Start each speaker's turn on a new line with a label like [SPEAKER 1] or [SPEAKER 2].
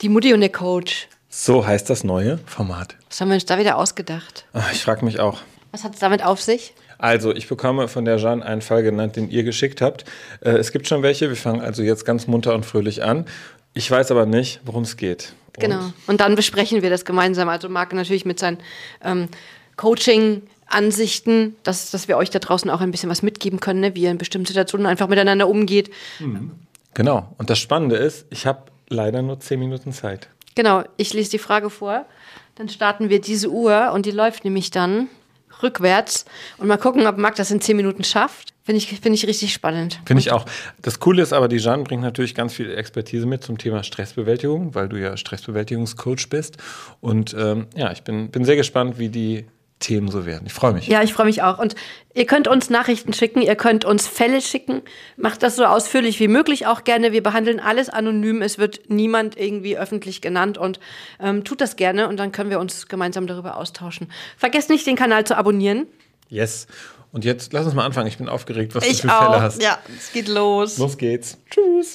[SPEAKER 1] Die Mutti und der Coach.
[SPEAKER 2] So heißt das neue Format.
[SPEAKER 1] Was haben wir uns da wieder ausgedacht?
[SPEAKER 2] Ah, Ich frage mich auch.
[SPEAKER 1] Was hat es damit auf sich?
[SPEAKER 2] Also, ich bekomme von der Jeanne einen Fall genannt, den ihr geschickt habt. Äh, es gibt schon welche. Wir fangen also jetzt ganz munter und fröhlich an. Ich weiß aber nicht, worum es geht. Und
[SPEAKER 1] Genau. Und dann besprechen wir das gemeinsam. Also Marc natürlich mit seinen ähm, Coaching-Ansichten, dass, dass wir euch da draußen auch ein bisschen was mitgeben können, ne? wie ihr in bestimmten Situationen einfach miteinander umgeht.
[SPEAKER 2] Genau. Und das Spannende ist, ich habe leider nur zehn Minuten Zeit.
[SPEAKER 1] Genau, ich lese die Frage vor. Dann starten wir diese Uhr und die läuft nämlich dann rückwärts. Und mal gucken, ob Marc das in zehn Minuten schafft. Finde ich, finde ich richtig spannend.
[SPEAKER 2] Finde ich auch. Das Coole ist aber, die Jeanne bringt natürlich ganz viel Expertise mit zum Thema Stressbewältigung, weil du ja Stressbewältigungscoach bist. Und ähm, ja, ich bin, bin sehr gespannt, wie die Themen so werden. Ich freue mich.
[SPEAKER 1] Ja, ich freue mich auch. Und ihr könnt uns Nachrichten schicken, ihr könnt uns Fälle schicken. Macht das so ausführlich wie möglich auch gerne. Wir behandeln alles anonym. Es wird niemand irgendwie öffentlich genannt und ähm, tut das gerne und dann können wir uns gemeinsam darüber austauschen. Vergesst nicht, den Kanal zu abonnieren.
[SPEAKER 2] Yes. Und jetzt lass uns mal anfangen. Ich bin aufgeregt, was du
[SPEAKER 1] Ich
[SPEAKER 2] für Fälle
[SPEAKER 1] auch.
[SPEAKER 2] hast.
[SPEAKER 1] Ja, es geht los.
[SPEAKER 2] Los geht's. Tschüss.